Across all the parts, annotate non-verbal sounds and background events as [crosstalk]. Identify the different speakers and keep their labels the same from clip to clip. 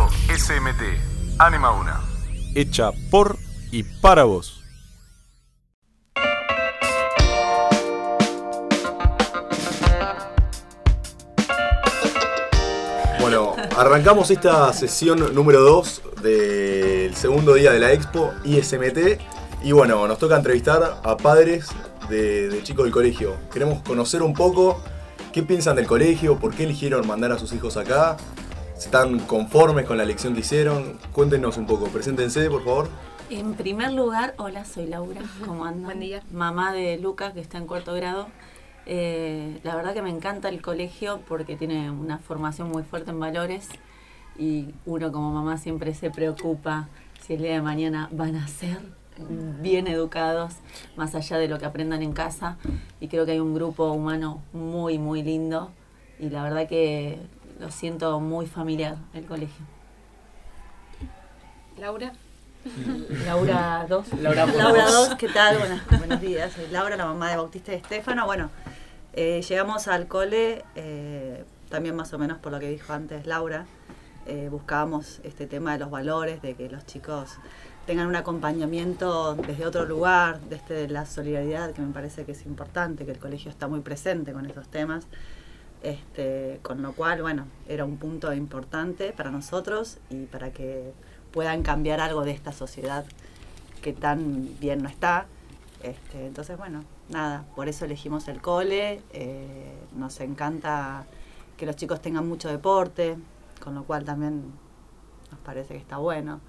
Speaker 1: SMT, Anima 1.
Speaker 2: Hecha por y para vos.
Speaker 3: Bueno, arrancamos esta sesión número 2 del segundo día de la Expo ISMT. Y bueno, nos toca entrevistar a padres de, de chicos del colegio. Queremos conocer un poco qué piensan del colegio, por qué eligieron mandar a sus hijos acá. ¿Están conformes con la elección que hicieron? Cuéntenos un poco, preséntense por favor.
Speaker 4: En primer lugar, hola, soy Laura, ¿cómo andan?
Speaker 5: Buen día.
Speaker 4: Mamá de Lucas, que está en cuarto grado. Eh, la verdad que me encanta el colegio porque tiene una formación muy fuerte en valores y uno como mamá siempre se preocupa si el día de mañana van a ser bien educados, más allá de lo que aprendan en casa. Y creo que hay un grupo humano muy, muy lindo y la verdad que lo siento muy familiar el colegio.
Speaker 5: Laura.
Speaker 4: Laura 2.
Speaker 6: Laura por
Speaker 7: Laura
Speaker 6: dos.
Speaker 7: 2, ¿qué tal? Buenas- buenos días. Soy Laura, la mamá de Bautista y Estefano. Bueno, eh, llegamos al cole, eh, también más o menos por lo que dijo antes Laura. eh, buscábamos este tema de los valores, de que los chicos tengan un acompañamiento desde otro lugar, desde la solidaridad, que me parece que es importante, que el colegio está muy presente con estos temas. Este, con lo cual, bueno, era un punto importante para nosotros y para que puedan cambiar algo de esta sociedad que tan bien no está. Este, entonces, bueno, nada, por eso elegimos el cole. eh, nos encanta que los chicos tengan mucho deporte, con lo cual también nos parece que está bueno.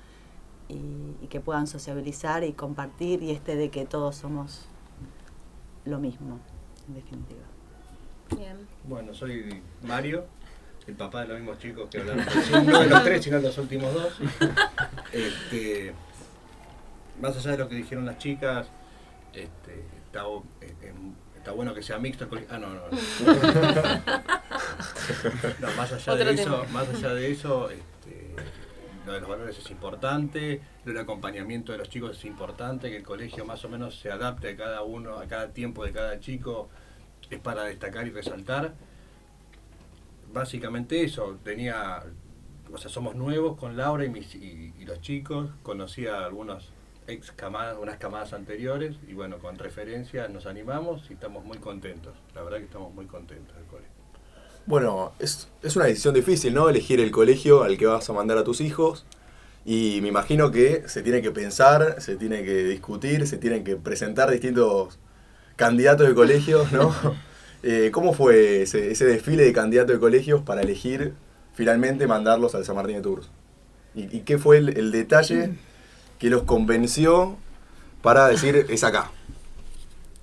Speaker 7: Y, y que puedan sociabilizar y compartir y este de que todos somos lo mismo, en definitiva.
Speaker 5: Bien.
Speaker 6: Bueno, soy Mario, el papá de los mismos chicos que hablaron. recién, No de los tres, sino de los últimos dos. Este, más allá de lo que dijeron las chicas, este, está, bu- eh, em, está bueno que sea mixto el colegio. Ah, no, no. No, No, más allá
Speaker 5: Otro
Speaker 6: de eso,
Speaker 5: tema.
Speaker 6: más allá de eso, este, lo de los valores es importante, lo del acompañamiento de los chicos es importante, que el colegio más o menos se adapte a cada uno, a cada tiempo de cada chico, es para destacar y resaltar. Básicamente eso, tenía, o sea, somos nuevos con Laura y, mis, y, y los chicos, conocí a algunos ex camadas, unas camadas anteriores y bueno, con referencias nos animamos y estamos muy contentos, la verdad que estamos muy contentos del colegio.
Speaker 3: Bueno, es, es una decisión difícil, ¿no? Elegir el colegio al que vas a mandar a tus hijos. Y me imagino que se tiene que pensar, se tiene que discutir, se tienen que presentar distintos candidatos de colegios, [laughs] ¿no? Eh, ¿Cómo fue ese, ese desfile de candidatos de colegios para elegir finalmente mandarlos al San Martín de Tours? ¿Y, y qué fue el, el detalle que los convenció para decir, es acá?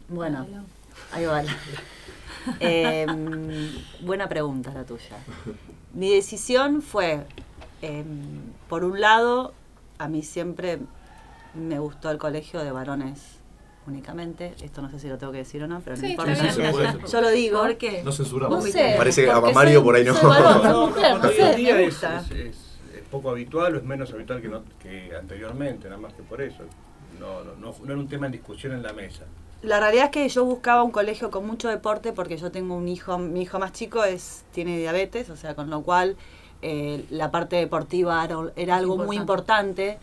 Speaker 7: Bueno, ahí va. la- Em, buena pregunta la tuya. Mi decisión fue, em, por un lado, a mí siempre me gustó el colegio de varones únicamente. Esto no sé si lo tengo que decir o no, pero no
Speaker 5: Sí,
Speaker 7: importa.
Speaker 5: está bien.
Speaker 3: Sí, se puede.
Speaker 7: Yo lo digo.
Speaker 4: ¿Por qué?
Speaker 2: No
Speaker 5: No
Speaker 2: censuramos.
Speaker 5: sé.
Speaker 3: Parece que a
Speaker 5: porque
Speaker 3: Mario
Speaker 5: soy-
Speaker 3: por ahí no.
Speaker 5: soy varón, soy
Speaker 7: No,
Speaker 5: mujer, no
Speaker 7: no,
Speaker 6: Hoy
Speaker 5: sé,
Speaker 6: en
Speaker 7: me
Speaker 6: día es,
Speaker 7: gusta.
Speaker 6: es- es- es poco habitual o es menos habitual que, no- que anteriormente, nada más que por eso. No, no, no, no era un tema en discusión en la mesa.
Speaker 7: La realidad es que yo buscaba un colegio con mucho deporte porque yo tengo un hijo, mi hijo más chico es tiene diabetes, o sea, con lo cual eh, la parte deportiva era, era algo muy importante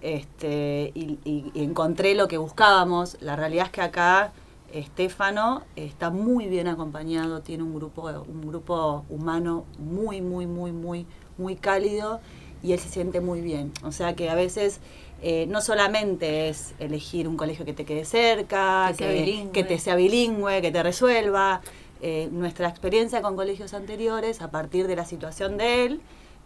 Speaker 7: este, y, y- y encontré lo que buscábamos. La realidad es que acá Estefano está muy bien acompañado, tiene un grupo, un grupo humano muy, muy, muy, muy, muy cálido y él se siente muy bien. O sea que a veces eh, no solamente es elegir un colegio que te quede cerca,
Speaker 4: Que sea bilingüe.
Speaker 7: que te sea bilingüe, que te resuelva. Eh, nuestra experiencia con colegios anteriores, a partir de la situación de él,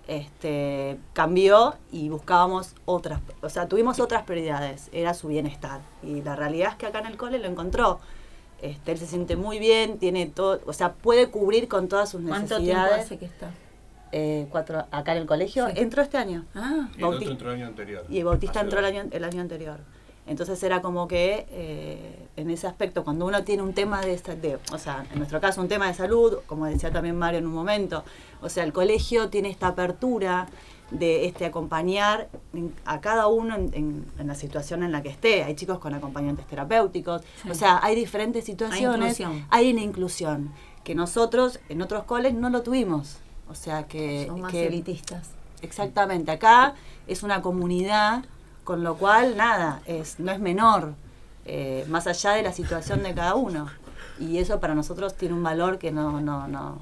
Speaker 7: este, cambió y buscábamos otras, o sea, tuvimos otras prioridades, era su bienestar. Y la realidad es que acá en el cole lo encontró. Este, él se siente muy bien, tiene todo, o sea, puede cubrir con todas sus
Speaker 4: ¿Cuánto tiempo
Speaker 7: necesidades.
Speaker 4: hace que está?
Speaker 7: Eh, cuatro, acá en el colegio,
Speaker 4: Sí.
Speaker 7: entró este año.
Speaker 4: Ah,
Speaker 6: Y el otro
Speaker 7: Bauti-
Speaker 6: entró el año anterior.
Speaker 7: Y Bautista
Speaker 6: Hace
Speaker 7: entró el
Speaker 6: dos.
Speaker 7: año, el año anterior. Entonces era como que eh, en ese aspecto, cuando uno tiene un tema de, esta, de- o sea, en nuestro caso un tema de salud, como decía también Mario en un momento, o sea, el colegio tiene esta apertura de este acompañar en- a cada uno en, en- en la situación en la que esté. Hay chicos con acompañantes terapéuticos,
Speaker 4: Sí.
Speaker 7: o sea, hay diferentes situaciones, hay,
Speaker 4: inclusión.
Speaker 7: una inclusión que nosotros en otros coles no lo tuvimos. O sea que,
Speaker 4: son más
Speaker 7: que
Speaker 4: elitistas.
Speaker 7: Exactamente, acá es una comunidad, con lo cual, nada, es, no es menor, eh, más allá de la situación de cada uno. Y eso para nosotros tiene un valor que no, no, no,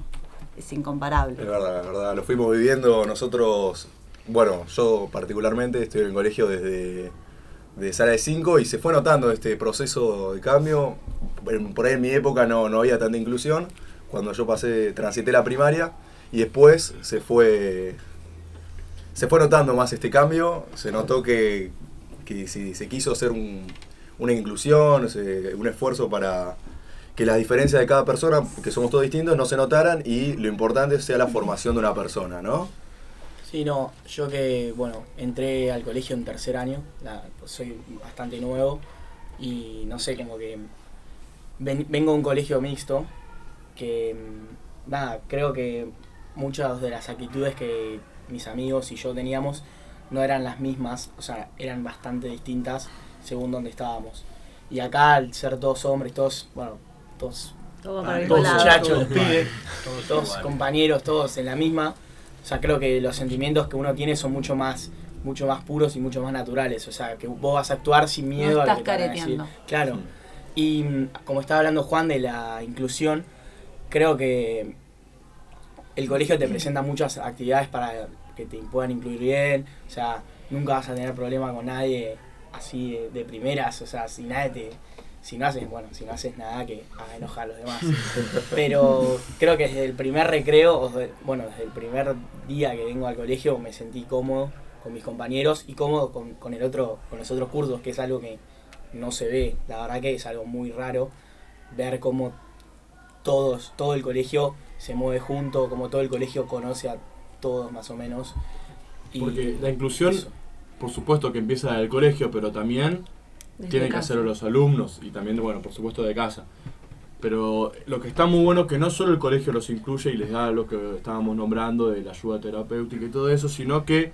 Speaker 3: [laughs]
Speaker 7: es
Speaker 3: Es
Speaker 7: incomparable.
Speaker 3: verdad, es verdad. Lo fuimos viviendo nosotros. Bueno, yo particularmente estoy en el colegio desde de sala de 5 y se fue notando este proceso de cambio. En- Por ahí en mi época no, no había tanta inclusión. Cuando yo pasé, transité la primaria y después se fue. Se fue notando más este cambio. Se notó que, que si se quiso hacer un- una inclusión, se- un esfuerzo para, que las diferencias de cada persona, que somos todos distintos, no se notaran y lo importante sea la formación de una persona, ¿no?
Speaker 5: Sí, no, yo que, bueno, entré al colegio en tercer año, la- soy bastante nuevo y no sé, como que ven- vengo a un colegio mixto que, mm, nada, creo que muchas de las actitudes que mis amigos y yo teníamos no eran las mismas, o sea, eran bastante distintas según donde estábamos. Y acá, al ser todos hombres, todos, bueno, todos
Speaker 7: Todo para el mismo
Speaker 5: todos
Speaker 7: lado.
Speaker 5: muchachos,
Speaker 6: Todos
Speaker 5: pibes,
Speaker 6: todos
Speaker 5: todos,
Speaker 6: iguales.
Speaker 5: compañeros, todos en la misma. O sea, creo que los sentimientos que uno tiene son mucho más, mucho más puros y mucho más naturales. O sea, que vos vas a actuar sin miedo
Speaker 4: No
Speaker 5: a lo
Speaker 4: estás
Speaker 5: que te van a decir.
Speaker 4: careteando.
Speaker 5: Claro. Y mm, como estaba hablando Juan de la inclusión, creo que el colegio te presenta muchas actividades para que te puedan incluir bien. O sea, nunca vas a tener problema con nadie así de, de primeras. O sea, si nadie te. Si no haces, bueno, si no haces nada que haga enojar a los demás. [laughs] Pero creo que desde el primer recreo, o de- bueno, desde el primer día que vengo al colegio me sentí cómodo con mis compañeros y cómodo con, con el otro, con los otros cursos, que es algo que no se ve. La verdad que es algo muy raro ver cómo todos, todo el colegio se mueve junto, como todo el colegio conoce a todos más o menos. Y
Speaker 8: Porque la inclusión,
Speaker 5: eso.
Speaker 8: por supuesto que empieza del colegio, pero también
Speaker 4: Desde
Speaker 8: tienen que
Speaker 4: casa.
Speaker 8: hacerlo los alumnos y también, bueno, por supuesto de casa. Pero lo que está muy bueno es que no solo el colegio los incluye y les da lo que estábamos nombrando de la ayuda terapéutica y todo eso, sino que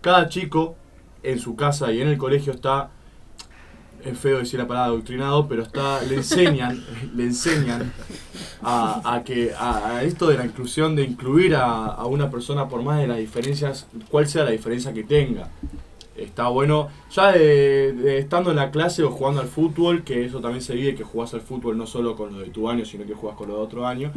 Speaker 8: cada chico en su casa y en el colegio está, es feo decir la palabra adoctrinado, pero está, le enseñan, [laughs] le enseñan a, a que a, a esto de la inclusión, de incluir a, a una persona por más de las diferencias, cuál sea la diferencia que tenga. Está bueno, ya de, de estando en la clase o jugando al fútbol, que eso también se vive, que jugás al fútbol no solo con lo de tu año, sino que jugás con lo de otro año.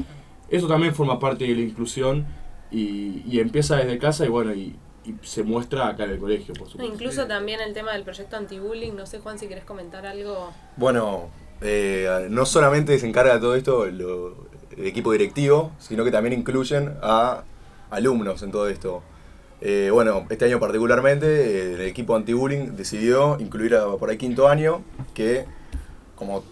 Speaker 8: Eso también forma parte de la inclusión y, y empieza desde casa y bueno, y, y se muestra acá en el colegio, por
Speaker 9: No,
Speaker 8: supuesto.
Speaker 9: incluso también el tema del proyecto anti-bullying. No sé, Juan, si querés comentar algo.
Speaker 3: Bueno, eh, no solamente se encarga de todo esto lo- el equipo directivo, sino que también incluyen a alumnos en todo esto. Eh, bueno, este año particularmente eh, el equipo anti-bullying decidió incluir a por ahí quinto año, que como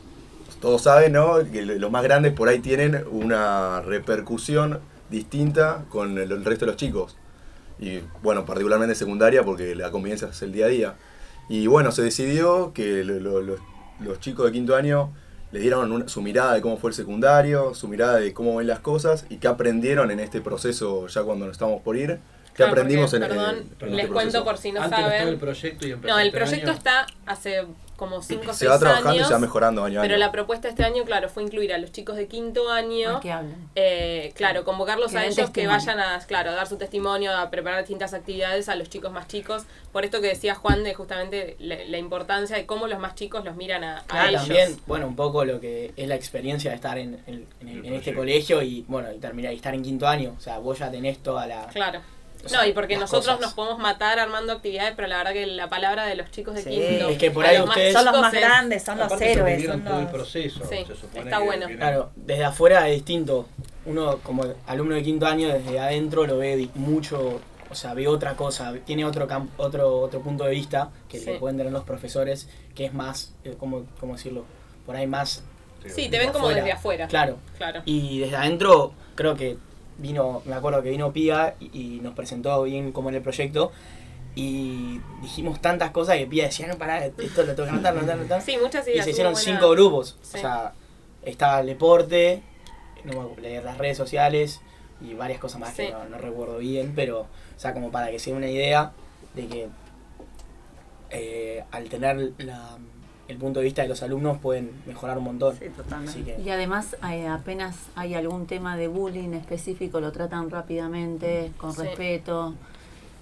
Speaker 3: todos saben, ¿no? que lo- los más grandes por ahí tienen una repercusión distinta con el- el resto de los chicos. Y bueno, particularmente secundaria porque la convivencia es el día a día. Y bueno, se decidió que lo- lo- los, los chicos de quinto año le dieron una- su mirada de cómo fue el secundario, su mirada de cómo ven las cosas y qué aprendieron en este proceso ya cuando nos estamos por ir. ¿Qué
Speaker 9: Ah, porque,
Speaker 3: aprendimos en,
Speaker 9: Perdón,
Speaker 3: en- en este
Speaker 9: les
Speaker 3: proceso.
Speaker 9: cuento por si no
Speaker 6: Antes no estaba el
Speaker 9: saben.
Speaker 6: proyecto y este en
Speaker 9: No, el proyecto
Speaker 6: presentación
Speaker 9: está hace como 5 o 6 años.
Speaker 3: Se va trabajando y se va mejorando año a año.
Speaker 9: Pero la propuesta este año, claro, fue incluir a los chicos de quinto año.
Speaker 4: Ah, que hablan.
Speaker 9: eh, claro, convocarlos
Speaker 4: Que
Speaker 9: a
Speaker 4: den
Speaker 9: ellos que
Speaker 4: testimonio.
Speaker 9: vayan a, claro, a dar su testimonio, a preparar distintas actividades a los chicos más chicos. Por esto que decía Juan de justamente la, la importancia de cómo los más chicos los miran a, a
Speaker 5: Claro,
Speaker 9: ellos.
Speaker 5: también, bueno, un poco lo que es la experiencia de estar en, en- en- en este colegio y, bueno, y terminar y estar en quinto año. O sea, vos ya tenés toda la...
Speaker 9: Claro.
Speaker 5: o sea,
Speaker 9: no, y porque
Speaker 5: las
Speaker 9: nosotros
Speaker 5: cosas.
Speaker 9: nos podemos matar armando actividades, pero la verdad que la palabra de los chicos de
Speaker 7: Sí.
Speaker 9: quinto.
Speaker 5: Es que por
Speaker 9: a
Speaker 5: ahí
Speaker 9: los más
Speaker 5: ustedes-
Speaker 7: Son los
Speaker 9: chicos
Speaker 7: más
Speaker 9: es-
Speaker 7: grandes, son los
Speaker 6: Aparte
Speaker 7: héroes.
Speaker 6: sobrevivieron
Speaker 7: son
Speaker 6: todo el
Speaker 7: los-
Speaker 6: proceso.
Speaker 9: Sí,
Speaker 6: se supone
Speaker 9: está
Speaker 6: que
Speaker 9: bueno.
Speaker 6: vienen-
Speaker 5: Claro, desde afuera es distinto. Uno como alumno de quinto año desde adentro lo ve di- mucho, o sea, ve otra cosa, tiene otro camp- otro otro punto de vista que
Speaker 9: Sí.
Speaker 5: le pueden tener los profesores, que es más, eh, ¿cómo, cómo decirlo? Por ahí más...
Speaker 9: Sí, te ven como desde afuera.
Speaker 5: Claro.
Speaker 9: Claro.
Speaker 5: Y desde adentro creo que vino, me acuerdo que vino Pía y, y nos presentó bien como en el proyecto y dijimos tantas cosas que Pía decía, no, pará, esto lo tengo que anotar, anotar, anotar.
Speaker 9: Sí, muchas
Speaker 5: Y
Speaker 9: ideas.
Speaker 5: se
Speaker 9: hubo
Speaker 5: hicieron
Speaker 9: buena-
Speaker 5: cinco grupos.
Speaker 9: Sí.
Speaker 5: O sea, estaba el deporte, no me acu- leer las redes sociales y varias cosas más
Speaker 9: Sí.
Speaker 5: que no, no recuerdo bien, pero, o sea, como para que se dé una idea de que eh, al tener la- el punto de vista de los alumnos pueden mejorar un montón.
Speaker 7: Sí, totalmente.
Speaker 5: Así que,
Speaker 4: Y además eh, apenas hay algún tema de bullying específico, lo tratan rápidamente, con
Speaker 9: Sí.
Speaker 4: respeto.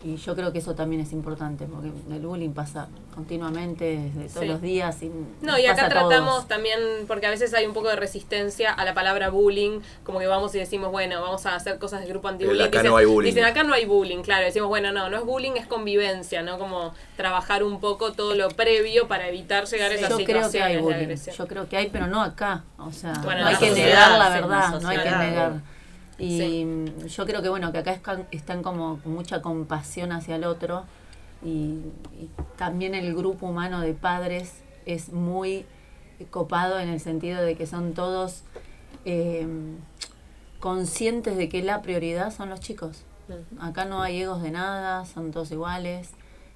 Speaker 4: Y yo creo que eso también es importante, porque el bullying pasa continuamente, desde todos
Speaker 9: Sí.
Speaker 4: los días. Y
Speaker 9: No, y acá
Speaker 4: pasa a todos.
Speaker 9: tratamos también, porque a veces hay un poco de resistencia a la palabra bullying, como que vamos y decimos, bueno, vamos a hacer cosas del grupo anti-bullying.
Speaker 3: El acá
Speaker 9: dicen,
Speaker 3: no hay bullying.
Speaker 9: dicen, acá no hay bullying, claro, decimos, bueno, no, no es bullying, es convivencia, ¿no? Como trabajar un poco todo lo previo para evitar llegar a
Speaker 7: Sí.
Speaker 9: esas
Speaker 4: Yo creo
Speaker 9: situaciones
Speaker 4: que hay
Speaker 9: de
Speaker 4: bullying.
Speaker 9: agresión.
Speaker 4: Yo creo que hay, pero no acá. O sea,
Speaker 9: Bueno,
Speaker 4: no hay
Speaker 9: la
Speaker 4: que
Speaker 9: sociedad,
Speaker 4: negar la
Speaker 7: sí, la
Speaker 4: verdad, no hay que
Speaker 7: sociedad.
Speaker 4: negar. Y
Speaker 9: Sí.
Speaker 4: mm, yo creo que bueno, que acá escan- están como con mucha compasión hacia el otro y, y también el grupo humano de padres es muy copado en el sentido de que son todos eh, conscientes de que la prioridad son los chicos.
Speaker 9: Mm.
Speaker 4: Acá no hay egos de nada, son todos iguales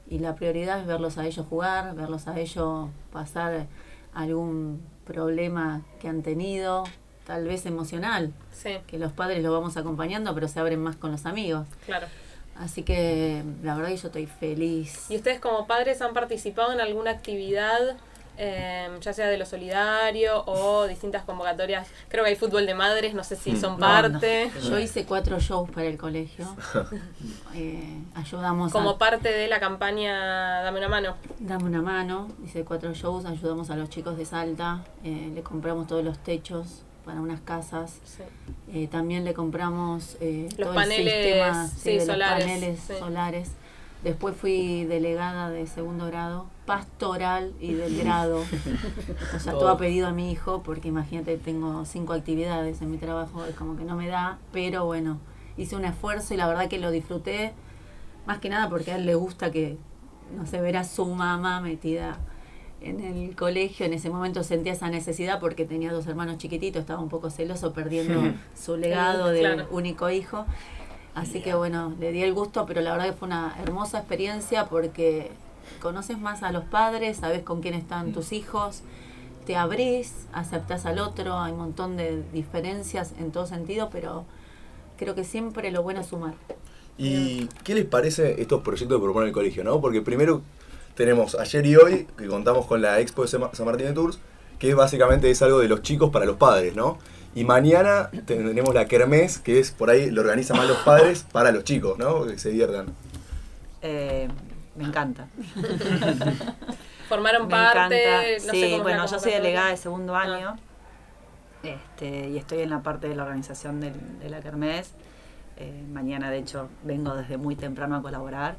Speaker 4: y la prioridad es verlos a ellos jugar, verlos a ellos pasar algún problema que han tenido, tal vez emocional,
Speaker 9: Sí,
Speaker 4: que los padres lo vamos acompañando, pero se abren más con los amigos.
Speaker 9: claro.
Speaker 4: Así que la verdad que yo estoy feliz.
Speaker 9: ¿Y ustedes como padres han participado en alguna actividad, eh, ya sea de lo solidario o distintas convocatorias? Creo que hay fútbol de madres, no sé si
Speaker 7: Mm.
Speaker 9: son
Speaker 4: No,
Speaker 9: parte.
Speaker 4: no. Yo hice cuatro shows para el colegio. Eh, ayudamos a-
Speaker 9: Como parte de la campaña Dame una mano.
Speaker 4: Dame una mano, dice cuatro shows, ayudamos a los chicos de Salta, eh, le compramos todos los techos para unas casas,
Speaker 9: Sí.
Speaker 4: eh, también le compramos eh,
Speaker 9: Los
Speaker 4: todo
Speaker 9: paneles,
Speaker 4: el sistema
Speaker 9: sí,
Speaker 4: de
Speaker 9: solares,
Speaker 4: los paneles
Speaker 9: sí.
Speaker 4: solares. Después fui delegada de segundo grado, pastoral y del grado. O sea, todo
Speaker 5: Todo.
Speaker 4: a pedido a mi hijo, porque imagínate, tengo cinco actividades en mi trabajo, es como que no me da, pero bueno, hice un esfuerzo y la verdad que lo disfruté, más que nada porque a él le gusta que, no sé, ver a su mamá metida en el colegio. En ese momento sentía esa necesidad porque tenía dos hermanos chiquititos, estaba un poco celoso perdiendo su legado de
Speaker 9: Claro.
Speaker 4: único hijo. Así que bueno, le di el gusto, pero la verdad que fue una hermosa experiencia porque conoces más a los padres, sabes con quién están tus hijos, te abrís, aceptás al otro, hay un montón de diferencias en todo sentido, pero creo que siempre lo bueno es sumar.
Speaker 3: ¿Y qué les parece estos proyectos que propone el colegio? ¿no? Porque primero tenemos ayer y hoy, que contamos con la Expo de San Ma- San Martín de Tours, que básicamente es algo de los chicos para los padres, ¿no? Y mañana tenemos la Kermés, que es por ahí lo organizan más los padres para los chicos, ¿no? Que se diviertan.
Speaker 7: Eh, me encanta.
Speaker 9: Formaron
Speaker 7: Me
Speaker 9: parte,
Speaker 7: encanta.
Speaker 9: no
Speaker 7: sí,
Speaker 9: sé cómo es
Speaker 7: bueno,
Speaker 9: la
Speaker 7: yo soy delegada de segundo
Speaker 9: Ah.
Speaker 7: año este, y estoy en la parte de la organización del- de la Kermés. Eh, mañana, de hecho, vengo desde muy temprano a colaborar.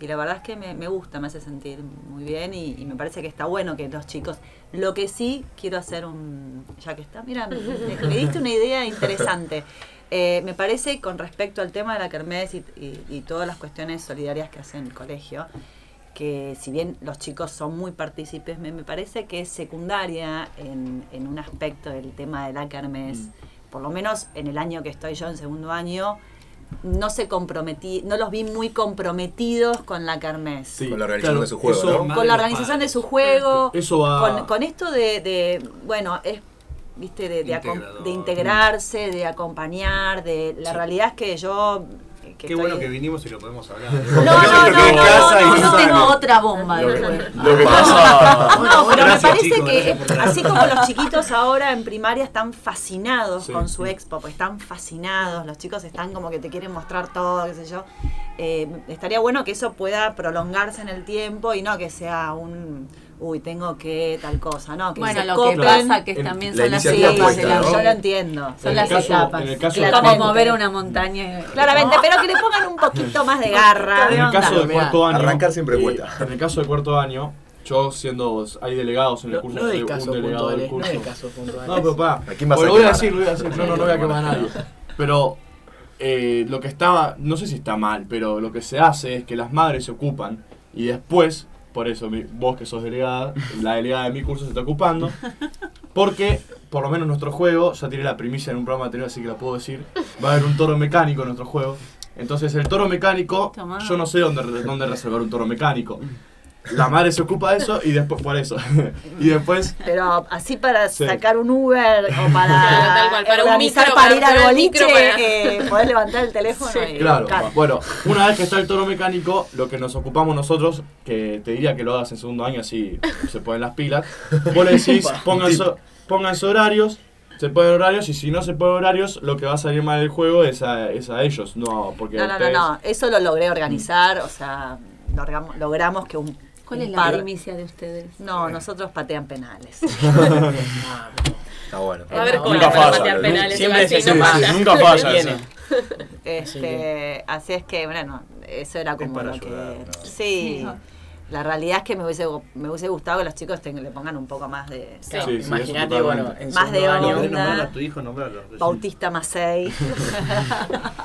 Speaker 7: Y la verdad es que me, me gusta, me hace sentir muy bien y, y me parece que está bueno que los chicos. Lo que sí quiero hacer un. Ya que está, mira, me, me- me diste una idea interesante. Eh, me parece, con respecto al tema de la Kermés y- y- y todas las cuestiones solidarias que hace el colegio, que si bien los chicos son muy partícipes, me, me parece que es secundaria en, en un aspecto del tema de la kermés. Por lo menos en el año que estoy yo, en segundo año, no se comprometí, no los vi muy comprometidos con la kermés.
Speaker 8: Sí,
Speaker 3: Con la organización de su juego,
Speaker 8: eso-
Speaker 3: ¿no?
Speaker 7: Con la organización de su juego,
Speaker 8: Eso va-
Speaker 7: con, con esto de, de, bueno, es viste de, de, acom-
Speaker 6: Integrador.
Speaker 7: de integrarse, de acompañar, de la realidad es que yo eh, que
Speaker 6: Qué
Speaker 7: estoy-
Speaker 6: bueno que vinimos y lo podemos hablar.
Speaker 7: no, no, no,
Speaker 3: Yo en casa
Speaker 7: no, no,
Speaker 3: y
Speaker 7: no
Speaker 4: Yo
Speaker 3: sano.
Speaker 4: tengo otra bomba
Speaker 3: Lo
Speaker 4: después.
Speaker 3: que, lo que pasa.
Speaker 7: No, pero
Speaker 6: Gracias,
Speaker 7: me parece
Speaker 6: chicos,
Speaker 7: que
Speaker 6: gracias por la-
Speaker 7: así como los chiquitos ahora en primaria están fascinados
Speaker 8: Sí.
Speaker 7: con su expo, pues están fascinados, los chicos están como que te quieren mostrar todo, qué sé yo. eh, estaría bueno que eso pueda prolongarse en el tiempo y no que sea un, uy, tengo que tal cosa, ¿no, que
Speaker 4: Bueno,
Speaker 7: se
Speaker 4: lo que
Speaker 7: copen.
Speaker 4: pasa que
Speaker 8: en
Speaker 4: también
Speaker 3: la
Speaker 4: son las
Speaker 7: Sí,
Speaker 3: iniciativa
Speaker 4: etapas de
Speaker 3: puesta,
Speaker 4: la
Speaker 3: ¿no?
Speaker 7: yo lo
Speaker 4: vida.
Speaker 7: entiendo.
Speaker 4: Son
Speaker 8: En
Speaker 4: las
Speaker 8: el caso-
Speaker 4: etapas.
Speaker 8: en el
Speaker 4: Es
Speaker 8: caso-
Speaker 4: como
Speaker 7: Claramente.
Speaker 4: mover una montaña.
Speaker 7: Claramente, pero que le pongan un poquito más de garra.
Speaker 8: En el caso de cuarto año.
Speaker 3: Arrancar siempre
Speaker 8: eh,
Speaker 3: cuesta.
Speaker 8: En el caso de cuarto año, yo siendo. Hay delegados en el
Speaker 5: No,
Speaker 8: curso.
Speaker 5: no
Speaker 8: soy
Speaker 5: de
Speaker 8: un
Speaker 5: casos
Speaker 8: delegado del
Speaker 5: puntuales, eh, no
Speaker 8: curso.
Speaker 5: de casos puntuales.
Speaker 8: No, pero pa,
Speaker 3: ¿A quién vas
Speaker 8: pues
Speaker 3: a
Speaker 8: lo voy
Speaker 3: quemar?
Speaker 8: a decir, lo voy a decir. No, no, no voy a quemar a nadie. Pero eh, lo que estaba, no sé si está mal, pero lo que se hace es que las madres se ocupan y después, por eso mi- vos que sos delegada, la delegada de mi curso se está ocupando, porque por lo menos nuestro juego, ya tiré la primicia en un programa anterior, así que la puedo decir, va a haber un toro mecánico en nuestro juego. Entonces el toro mecánico,
Speaker 4: Tomá.
Speaker 8: yo no sé dónde, dónde reservar un toro mecánico. La madre se ocupa de eso y después, por eso. [laughs] y después
Speaker 7: Pero así para
Speaker 8: Sí.
Speaker 7: sacar un Uber
Speaker 8: [laughs]
Speaker 7: o
Speaker 9: Claro,
Speaker 7: para
Speaker 9: tal cual, para un
Speaker 7: organizar
Speaker 9: micro,
Speaker 7: para
Speaker 9: para
Speaker 7: ir al
Speaker 9: hacer el
Speaker 7: boliche,
Speaker 9: micro, para-
Speaker 7: eh, poder levantar el teléfono y
Speaker 8: Claro,
Speaker 7: buscar.
Speaker 8: bueno, una vez que está el toro mecánico, lo que nos ocupamos nosotros, que te diría que lo hagas en segundo año, así se ponen las pilas, vos le decís, pongan, so- pongan sus horarios, se ponen horarios y si no se ponen horarios, lo que va a salir mal del juego es a, es a ellos, no porque
Speaker 7: No, no, no,
Speaker 8: ustedes-
Speaker 7: no. Eso lo logré organizar, o sea, logramos, logramos que un.
Speaker 4: ¿Cuál
Speaker 7: un
Speaker 4: es la
Speaker 7: par-
Speaker 4: primicia de ustedes?
Speaker 7: No, nosotros patean penales.
Speaker 3: Está bueno.
Speaker 9: A ver,
Speaker 7: No,
Speaker 9: ¿cómo
Speaker 7: nunca
Speaker 9: van a
Speaker 3: falla,
Speaker 9: patear
Speaker 3: Lu.
Speaker 9: penales?
Speaker 5: Siempre
Speaker 9: Así
Speaker 5: se
Speaker 9: no
Speaker 5: sí,
Speaker 9: pasa.
Speaker 5: sí, nunca falla.
Speaker 8: Viene.
Speaker 5: eso. Así
Speaker 7: Este, así es que, bueno, eso era como
Speaker 3: para
Speaker 7: lo que.
Speaker 3: ayudar, ¿no?
Speaker 7: Sí. La realidad es que me hubiese, me hubiese gustado que los chicos te- le pongan un poco más de
Speaker 5: Claro,
Speaker 8: Sí, sí,
Speaker 5: Imagínate,
Speaker 8: eso
Speaker 5: bueno,
Speaker 8: totalmente.
Speaker 5: en
Speaker 7: Más de
Speaker 5: segundo año,
Speaker 6: Si querés
Speaker 7: onda.
Speaker 6: nombrar a tu hijo, nombrarlo.
Speaker 7: Bautista Macei.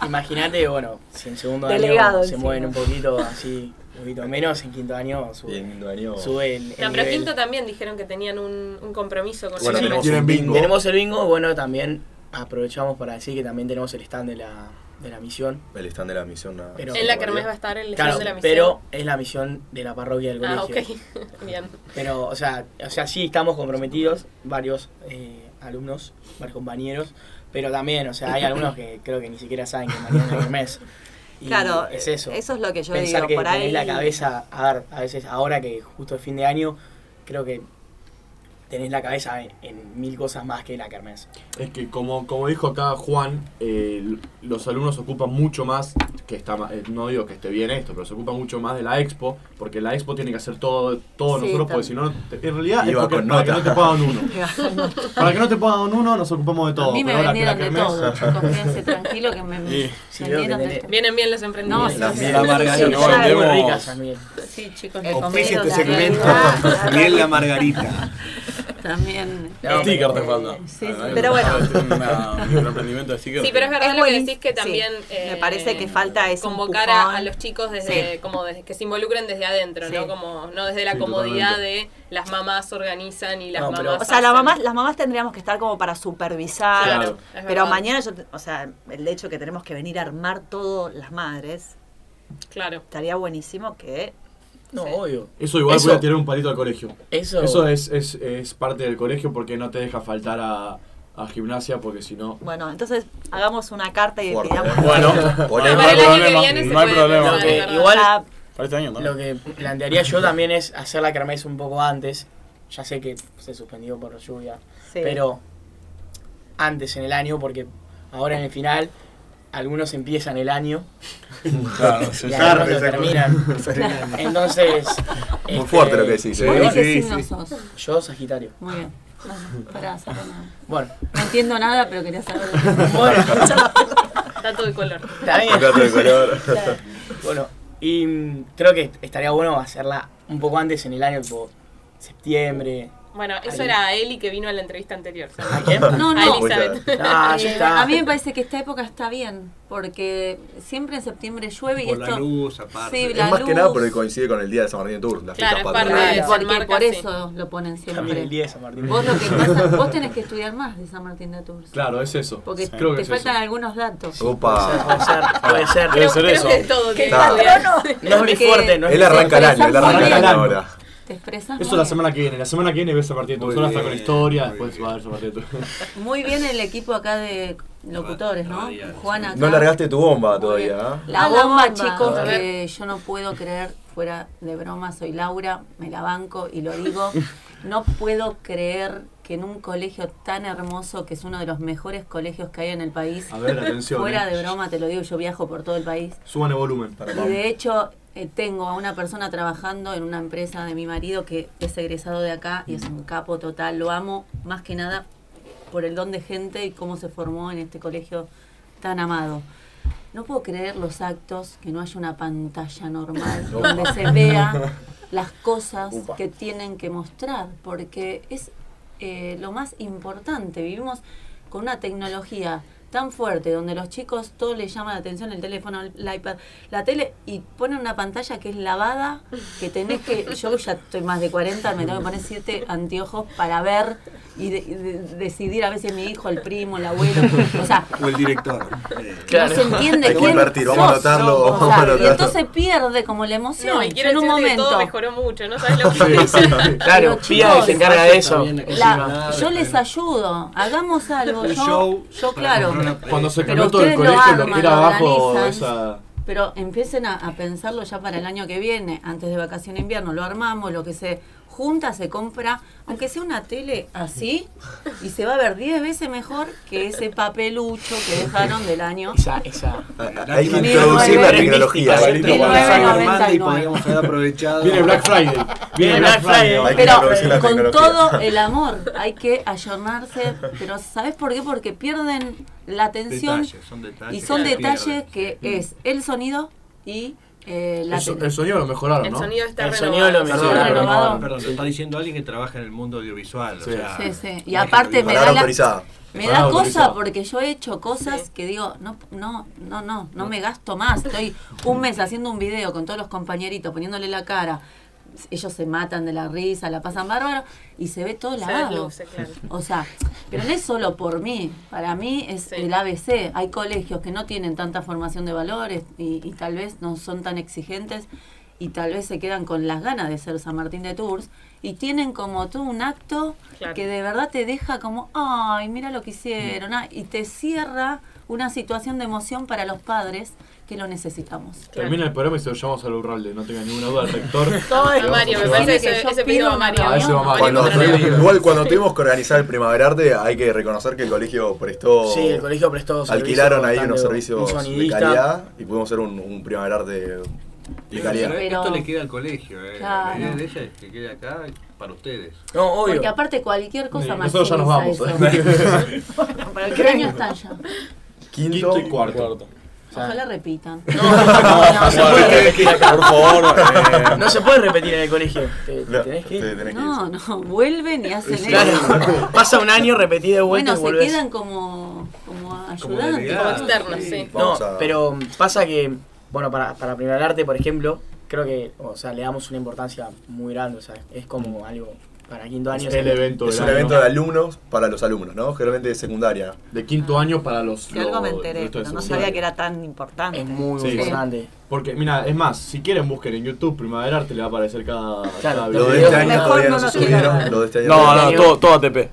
Speaker 5: Imagínate, bueno, si en segundo
Speaker 7: Delegado
Speaker 5: año se
Speaker 7: encima.
Speaker 5: mueven un poquito así, un poquito menos, en quinto año
Speaker 3: Y en
Speaker 5: sube,
Speaker 3: quinto año-
Speaker 5: sube el, el
Speaker 9: No, pero
Speaker 5: nivel.
Speaker 9: quinto también dijeron que tenían un, un compromiso con
Speaker 3: Bueno,
Speaker 9: el
Speaker 3: tenemos
Speaker 2: Tienen
Speaker 3: un bingo.
Speaker 5: Tenemos el bingo, bueno, también aprovechamos para decir que también tenemos el stand de la, de la misión.
Speaker 3: El stand de la misión. nada.
Speaker 5: Pero-
Speaker 9: En la Kermés va a estar el
Speaker 5: Claro,
Speaker 9: stand de la misión.
Speaker 5: pero es la misión de la parroquia del colegio.
Speaker 9: Ah, ok. [laughs] Bien.
Speaker 5: Pero, o sea, o sea, sí estamos comprometidos, varios eh, alumnos, varios compañeros, pero también, o sea, hay algunos que creo que ni siquiera saben que mañana es el mes. Y
Speaker 7: Claro,
Speaker 5: es eso.
Speaker 7: es lo que yo
Speaker 5: Pensar
Speaker 7: digo.
Speaker 5: que
Speaker 7: por ahí
Speaker 5: tenés la cabeza, a ver, a veces ahora que justo es fin de año, creo que tenés la cabeza en, en mil cosas más que la kermés.
Speaker 8: Es que como, como dijo acá Juan, eh, l- los alumnos ocupan mucho más, que está ma- eh, no digo que esté bien esto, pero se ocupa mucho más de la expo, porque la expo tiene que hacer todo, todo
Speaker 7: Sí,
Speaker 8: nosotros, porque si no, te- en realidad es
Speaker 3: Iba
Speaker 8: porque-
Speaker 3: con
Speaker 8: para que
Speaker 3: nota.
Speaker 8: no te
Speaker 4: [laughs]
Speaker 8: pagan uno. Para que no te pagan uno, nos ocupamos de todo.
Speaker 4: a mí me
Speaker 8: pero ahora que la
Speaker 4: vendieron de
Speaker 8: Kermés-
Speaker 4: todo, chicos. Quédense tranquilo que me
Speaker 8: Sí,
Speaker 5: sí,
Speaker 4: me
Speaker 5: veo que
Speaker 4: vendieron de
Speaker 5: tenés-
Speaker 4: todo.
Speaker 9: Vienen bien los
Speaker 4: No,
Speaker 9: emprendimientos.
Speaker 4: sí,
Speaker 2: La
Speaker 4: sí,
Speaker 2: mierda
Speaker 4: sí,
Speaker 2: amarga
Speaker 4: sí,
Speaker 2: que
Speaker 4: sí,
Speaker 2: no
Speaker 4: sí,
Speaker 5: Muy
Speaker 2: vendemos.
Speaker 5: ricas, San Miguel.
Speaker 4: Sí, chicos,
Speaker 7: El
Speaker 4: los
Speaker 7: auspicia
Speaker 4: comidos,
Speaker 7: este
Speaker 4: la
Speaker 7: segmento.
Speaker 4: realidad,
Speaker 6: Miel la Margarita.
Speaker 4: También.
Speaker 5: No,
Speaker 10: Sticker te
Speaker 5: pero-
Speaker 10: falta.
Speaker 4: sí,
Speaker 10: Ah,
Speaker 4: sí.
Speaker 7: Pero
Speaker 5: [laughs]
Speaker 7: bueno.
Speaker 10: una- Un microemprendimiento de sticker.
Speaker 9: Sí, pero es verdad
Speaker 7: Es
Speaker 9: lo que
Speaker 7: buenísimo,
Speaker 9: decís que también.
Speaker 7: sí.
Speaker 9: eh,
Speaker 7: Me parece que falta es un
Speaker 9: Convocar a,
Speaker 7: pujón.
Speaker 9: a los chicos desde,
Speaker 7: Sí.
Speaker 9: como desde, que se involucren desde adentro,
Speaker 7: Sí.
Speaker 9: ¿no? Como, no desde la
Speaker 8: Sí,
Speaker 9: comodidad de las mamás organizan y las
Speaker 5: No,
Speaker 9: mamás.
Speaker 5: pero-
Speaker 7: O sea, las
Speaker 9: hacen.
Speaker 7: mamás, las mamás tendríamos que estar como para supervisar.
Speaker 9: Claro, es
Speaker 7: Pero
Speaker 9: verdad.
Speaker 7: mañana, yo, te- o sea, el hecho que tenemos que venir a armar todo las madres,
Speaker 9: Claro.
Speaker 7: estaría buenísimo que.
Speaker 5: No,
Speaker 9: Sí.
Speaker 5: obvio.
Speaker 8: Eso igual
Speaker 5: Eso-
Speaker 8: voy a tirar un palito al colegio.
Speaker 5: Eso,
Speaker 8: Eso es, es, es parte del colegio porque no te deja faltar a, a gimnasia porque si no...
Speaker 7: Bueno, entonces hagamos una carta y
Speaker 3: Fuerte.
Speaker 7: pidamos.
Speaker 10: Bueno,
Speaker 9: Para
Speaker 10: no
Speaker 9: el
Speaker 10: hay
Speaker 9: año que
Speaker 10: problema,
Speaker 9: viene se
Speaker 10: no hay
Speaker 9: puede
Speaker 10: problema.
Speaker 9: pensar,
Speaker 5: Lo que
Speaker 9: es verdad.
Speaker 5: igual-
Speaker 7: Ah,
Speaker 10: Para este año
Speaker 5: Lo
Speaker 10: también.
Speaker 5: que plantearía yo también es hacer la kermés un poco antes. Ya sé que se suspendió por lluvia,
Speaker 7: sí.
Speaker 5: pero antes en el año, porque ahora en el final algunos empiezan el año
Speaker 3: Ah,
Speaker 10: Claro,
Speaker 5: y
Speaker 10: sí, sí.
Speaker 5: algunos lo terminan.
Speaker 3: [laughs]
Speaker 5: Entonces.
Speaker 3: Muy
Speaker 5: este,
Speaker 3: fuerte lo que decís.
Speaker 4: ¿Vos
Speaker 3: ¿eh?
Speaker 4: de qué
Speaker 6: sí,
Speaker 4: signo sos?
Speaker 5: Yo, Sagitario.
Speaker 4: Muy bien. No, pará, saca nada.
Speaker 5: Bueno, [laughs]
Speaker 4: No entiendo nada, pero quería saber. de qué se
Speaker 5: bueno,
Speaker 9: Está todo de color.
Speaker 5: está bien.
Speaker 3: Acá otro color.
Speaker 4: trata.
Speaker 5: Bueno, y mm, creo que estaría bueno hacerla un poco antes en el año, tipo septiembre.
Speaker 9: Bueno, eso
Speaker 5: Ahí.
Speaker 9: era Eli que vino a la entrevista
Speaker 7: [laughs]
Speaker 9: anterior. ¿sabes?
Speaker 5: ¿A quién?
Speaker 4: No,
Speaker 9: A
Speaker 4: no.
Speaker 9: Elizabeth.
Speaker 5: Ah, ya
Speaker 4: Eh,
Speaker 5: está.
Speaker 4: a mí me parece que esta época está bien, porque siempre en septiembre llueve y
Speaker 6: Por
Speaker 4: esto.
Speaker 6: la luz, aparte.
Speaker 4: Sí,
Speaker 3: Es
Speaker 4: la
Speaker 3: más que
Speaker 4: luz.
Speaker 3: nada porque coincide con el día de San Martín Tour, la
Speaker 9: Claro,
Speaker 3: fiesta
Speaker 9: es
Speaker 3: patronal.
Speaker 9: parte
Speaker 4: Claro,
Speaker 9: se
Speaker 4: porque
Speaker 9: enmarca
Speaker 4: por
Speaker 9: así.
Speaker 4: eso lo ponen
Speaker 5: También el
Speaker 4: siempre.
Speaker 5: 10 San Martín.
Speaker 4: Vos lo
Speaker 8: [laughs]
Speaker 5: [laughs]
Speaker 4: que pasa, vos tenés que estudiar más de San Martín de Tours.
Speaker 8: Claro, es eso.
Speaker 4: Porque
Speaker 8: Creo que
Speaker 4: te
Speaker 8: es
Speaker 4: faltan
Speaker 8: eso.
Speaker 4: algunos datos.
Speaker 3: Opa.
Speaker 5: Puede ser, puede ser.
Speaker 10: Debe ser
Speaker 9: Creo
Speaker 10: eso.
Speaker 9: que [laughs] de todo tiene
Speaker 3: tal,
Speaker 9: que ver.
Speaker 5: No es mi
Speaker 4: Porque
Speaker 5: fuerte, no es
Speaker 3: Él
Speaker 5: mi
Speaker 3: arranca el año, él arranca el
Speaker 8: Arranca el
Speaker 3: año
Speaker 8: año.
Speaker 3: ahora.
Speaker 4: Te expresas
Speaker 8: Eso la semana que viene. La semana que viene ves a partir de tu
Speaker 6: Muy
Speaker 8: zona, está con
Speaker 6: bien,
Speaker 8: historia,
Speaker 6: muy
Speaker 8: después
Speaker 6: bien.
Speaker 8: va a ver a partir de tu...
Speaker 4: Muy bien el equipo acá de locutores, ¿no?
Speaker 6: Radial.
Speaker 4: Juana
Speaker 3: No largaste tu bomba todavía. ¿eh?
Speaker 4: La
Speaker 9: Ah, la
Speaker 4: bomba,
Speaker 9: bomba.
Speaker 4: chicos,
Speaker 9: A ver.
Speaker 4: que yo no puedo creer, fuera de broma, soy Laura, me la banco y lo
Speaker 9: [laughs]
Speaker 4: digo. No puedo creer que en un colegio tan hermoso, que es uno de los mejores colegios que hay en el país,
Speaker 8: A ver, atención.
Speaker 4: fuera
Speaker 8: eh.
Speaker 4: de broma, te lo digo, yo viajo por todo el país.
Speaker 8: Suban el volumen.
Speaker 4: Y de hecho, eh, tengo a una persona trabajando en una empresa de mi marido que es egresado de acá y es un capo total. Lo amo más que nada por el don de gente y cómo se formó en este colegio tan amado. No puedo creer los actos que no haya una pantalla normal donde se vea las cosas
Speaker 3: Upa.
Speaker 4: que tienen que mostrar, porque es eh, lo más importante. Vivimos con una tecnología tan fuerte donde los chicos todo les llama la atención el teléfono, el iPad, la tele y ponen una pantalla que es lavada, que tenés que yo ya estoy más de 40, me tengo que poner siete anteojos para ver y, de- y de- decidir a veces mi hijo, el primo, el abuelo, o sea,
Speaker 6: O el director. Eh,
Speaker 4: no se entiende
Speaker 3: Hay que
Speaker 4: quién
Speaker 3: invertir, vamos a
Speaker 4: sos.
Speaker 3: anotarlo,
Speaker 4: O
Speaker 3: vamos
Speaker 4: sea,
Speaker 3: a anotarlo.
Speaker 4: y entonces pierde como la emoción.
Speaker 9: No, y
Speaker 4: Yo
Speaker 9: quiero
Speaker 4: en un
Speaker 9: decirte que todo
Speaker 4: momento.
Speaker 9: mejoró mucho, ¿no sabes lo que hice?
Speaker 5: Claro,
Speaker 4: Pero,
Speaker 5: Pía que se
Speaker 4: chicos,
Speaker 5: encarga de eso.
Speaker 6: bien, que
Speaker 4: la-
Speaker 6: siga, nada,
Speaker 4: yo
Speaker 6: está
Speaker 4: les
Speaker 6: bien.
Speaker 4: ayudo, hagamos algo.
Speaker 6: Un
Speaker 4: yo,
Speaker 6: show
Speaker 4: yo
Speaker 6: para
Speaker 4: claro.
Speaker 6: comprar una-
Speaker 8: Cuando se
Speaker 4: Pero
Speaker 8: cambió todo el
Speaker 4: ustedes lo
Speaker 8: colegio, lo que
Speaker 4: arman,
Speaker 8: era
Speaker 4: lo
Speaker 8: abajo,
Speaker 4: organizan.
Speaker 8: esa...
Speaker 4: Pero empiecen a, a pensarlo ya para el año que viene, antes de vacaciones de invierno, lo armamos, lo que se junta, se compra, aunque sea una tele así, y se va a ver 10 veces mejor que ese papelucho que dejaron del año.
Speaker 5: Esa, esa.
Speaker 3: Hay que introducir la tecnología.
Speaker 6: y podríamos haber aprovechado.
Speaker 8: Viene Black Friday. Viene Black Friday.
Speaker 3: Hay que
Speaker 4: Pero
Speaker 3: introducir la
Speaker 4: con
Speaker 3: tecnología.
Speaker 4: todo el amor hay que ayornarse, pero ¿sabes por qué? Porque pierden la atención
Speaker 6: Detalles, son detalles
Speaker 4: y son
Speaker 6: que
Speaker 4: detalles
Speaker 6: pierden. Mm.
Speaker 4: que es el sonido y eh, la
Speaker 8: El, so-
Speaker 4: tele.
Speaker 8: el sonido lo mejoraron,
Speaker 9: El
Speaker 8: ¿no?
Speaker 9: sonido está
Speaker 5: El
Speaker 9: renovado.
Speaker 5: sonido lo mejor.
Speaker 6: Perdón,
Speaker 4: Sí,
Speaker 6: perdón,
Speaker 4: renovado.
Speaker 6: perdón, lo está diciendo alguien que trabaja en el mundo audiovisual.
Speaker 8: Sí.
Speaker 6: o sea,
Speaker 4: Sí, sí. Y
Speaker 6: no es
Speaker 4: aparte
Speaker 6: que
Speaker 4: me
Speaker 6: lo
Speaker 4: da
Speaker 3: Palabra
Speaker 4: la-
Speaker 3: autorizada.
Speaker 4: Me
Speaker 8: Está
Speaker 4: da cosa
Speaker 8: autorizado.
Speaker 4: porque yo he hecho cosas
Speaker 9: Sí.
Speaker 4: que digo, no, no, no, no, no me gasto más. Estoy un mes haciendo un video con todos los compañeritos, poniéndole la cara. Ellos se matan de la risa, la pasan bárbaro y se ve todo
Speaker 9: Se
Speaker 4: lavado.
Speaker 9: desluce, claro.
Speaker 4: O sea, pero no es solo por mí, para mí es
Speaker 9: Sí.
Speaker 4: el ABC. Hay colegios que no tienen tanta formación de valores y, y tal vez no son tan exigentes y tal vez se quedan con las ganas de ser San Martín de Tours y tienen como tú un acto
Speaker 9: Claro.
Speaker 4: que de verdad te deja como, ay, mira lo que hicieron, ah", y te cierra una situación de emoción para los padres que lo necesitamos.
Speaker 9: Claro.
Speaker 8: Termina el programa y se lo llevamos al Urralde, no tenga ninguna duda, el rector.
Speaker 9: [laughs] Todo
Speaker 8: Le
Speaker 9: es
Speaker 8: vamos
Speaker 9: Mario,
Speaker 8: a
Speaker 9: me
Speaker 8: llevar.
Speaker 9: parece que
Speaker 4: Sí,
Speaker 9: ese,
Speaker 4: yo
Speaker 9: ese
Speaker 4: pido
Speaker 9: pido a
Speaker 4: una
Speaker 9: Mario.
Speaker 4: reunión. Ah, ese va
Speaker 9: Mario
Speaker 8: Mario.
Speaker 3: Cuando,
Speaker 9: Coronel.
Speaker 3: igual cuando tuvimos que organizar el Primavera Arte, hay que reconocer que el colegio prestó.
Speaker 5: Sí, el colegio prestó
Speaker 3: Alquilaron ahí unos
Speaker 5: bastante bueno.
Speaker 3: servicios
Speaker 5: Un
Speaker 3: de
Speaker 5: sonidista.
Speaker 3: calidad y pudimos hacer un, un Primavera Arte de calidad.
Speaker 6: Pero
Speaker 4: Pero-
Speaker 6: Esto le queda al colegio. Eh.
Speaker 4: Claro.
Speaker 6: La idea de ella es que quede acá para ustedes.
Speaker 5: No, obvio.
Speaker 4: Porque aparte cualquier cosa
Speaker 8: Sí,
Speaker 4: más.
Speaker 8: nosotros ya nos vamos.
Speaker 4: Para el cráneo están ya.
Speaker 3: Quinto,
Speaker 8: Quinto y cuarto.
Speaker 4: Ojalá repitan.
Speaker 5: No, no, no, no se puede.
Speaker 10: Por
Speaker 3: [laughs]
Speaker 10: favor, eh,
Speaker 5: No se puede repetir en el colegio. Te- te
Speaker 3: No,
Speaker 5: tenés que
Speaker 3: te
Speaker 5: ir.
Speaker 3: tenés que ir.
Speaker 4: No, no, vuelven y hacen eso.
Speaker 5: Claro, pasa un año, repetí de
Speaker 4: Bueno,
Speaker 5: vuelta y
Speaker 4: se
Speaker 5: volvés.
Speaker 4: quedan como, como
Speaker 6: Como
Speaker 4: ayudantes.
Speaker 9: Como
Speaker 6: delegados,
Speaker 9: externos, sí.
Speaker 5: No,
Speaker 3: Vamos a-
Speaker 5: pero pasa que, bueno, para, para Primavera Arte, por ejemplo, creo que, o sea, le damos una importancia muy grande, o sea, es como algo para quinto año.
Speaker 8: Mm. Es
Speaker 5: o sea,
Speaker 8: el evento
Speaker 3: Es
Speaker 8: del
Speaker 3: un
Speaker 8: año.
Speaker 3: evento de alumnos para los alumnos, ¿no? Generalmente de secundaria.
Speaker 8: De quinto año para los.
Speaker 7: Que algo
Speaker 8: los-
Speaker 7: me enteré,
Speaker 8: los de
Speaker 7: pero no
Speaker 8: secundaria.
Speaker 7: sabía que era tan importante.
Speaker 5: Es muy
Speaker 8: Sí.
Speaker 5: importante.
Speaker 8: Porque, mira, es más, si quieren busquen en YouTube Primavera Arte, le va a aparecer cada, cada
Speaker 5: Los
Speaker 3: Los
Speaker 8: video.
Speaker 3: de este año
Speaker 7: Mejor
Speaker 3: todavía
Speaker 7: no
Speaker 3: no se
Speaker 7: nos queda
Speaker 3: subieron.
Speaker 7: nada.
Speaker 3: Los de este año
Speaker 10: No,
Speaker 3: todavía
Speaker 10: no, todo, todo ATP.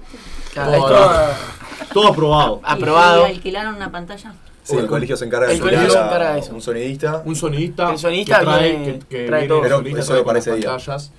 Speaker 5: Claro,
Speaker 8: Todo,
Speaker 5: es todo
Speaker 8: Todo aprobado.
Speaker 5: aprobado.
Speaker 4: Y alquilaron una pantalla.
Speaker 3: Sí, el colegio se encarga de
Speaker 5: El colegio
Speaker 3: subir a-
Speaker 5: se encarga de eso.
Speaker 3: un sonidista.
Speaker 8: Un sonidista.
Speaker 5: El sonidista
Speaker 8: que trae,
Speaker 5: viene-
Speaker 8: que- que
Speaker 5: trae
Speaker 8: viene
Speaker 5: todo.
Speaker 8: el
Speaker 3: Pero
Speaker 8: sonidista,
Speaker 3: eso
Speaker 8: trae
Speaker 3: me
Speaker 8: con las
Speaker 3: parece bien.
Speaker 8: pantallas,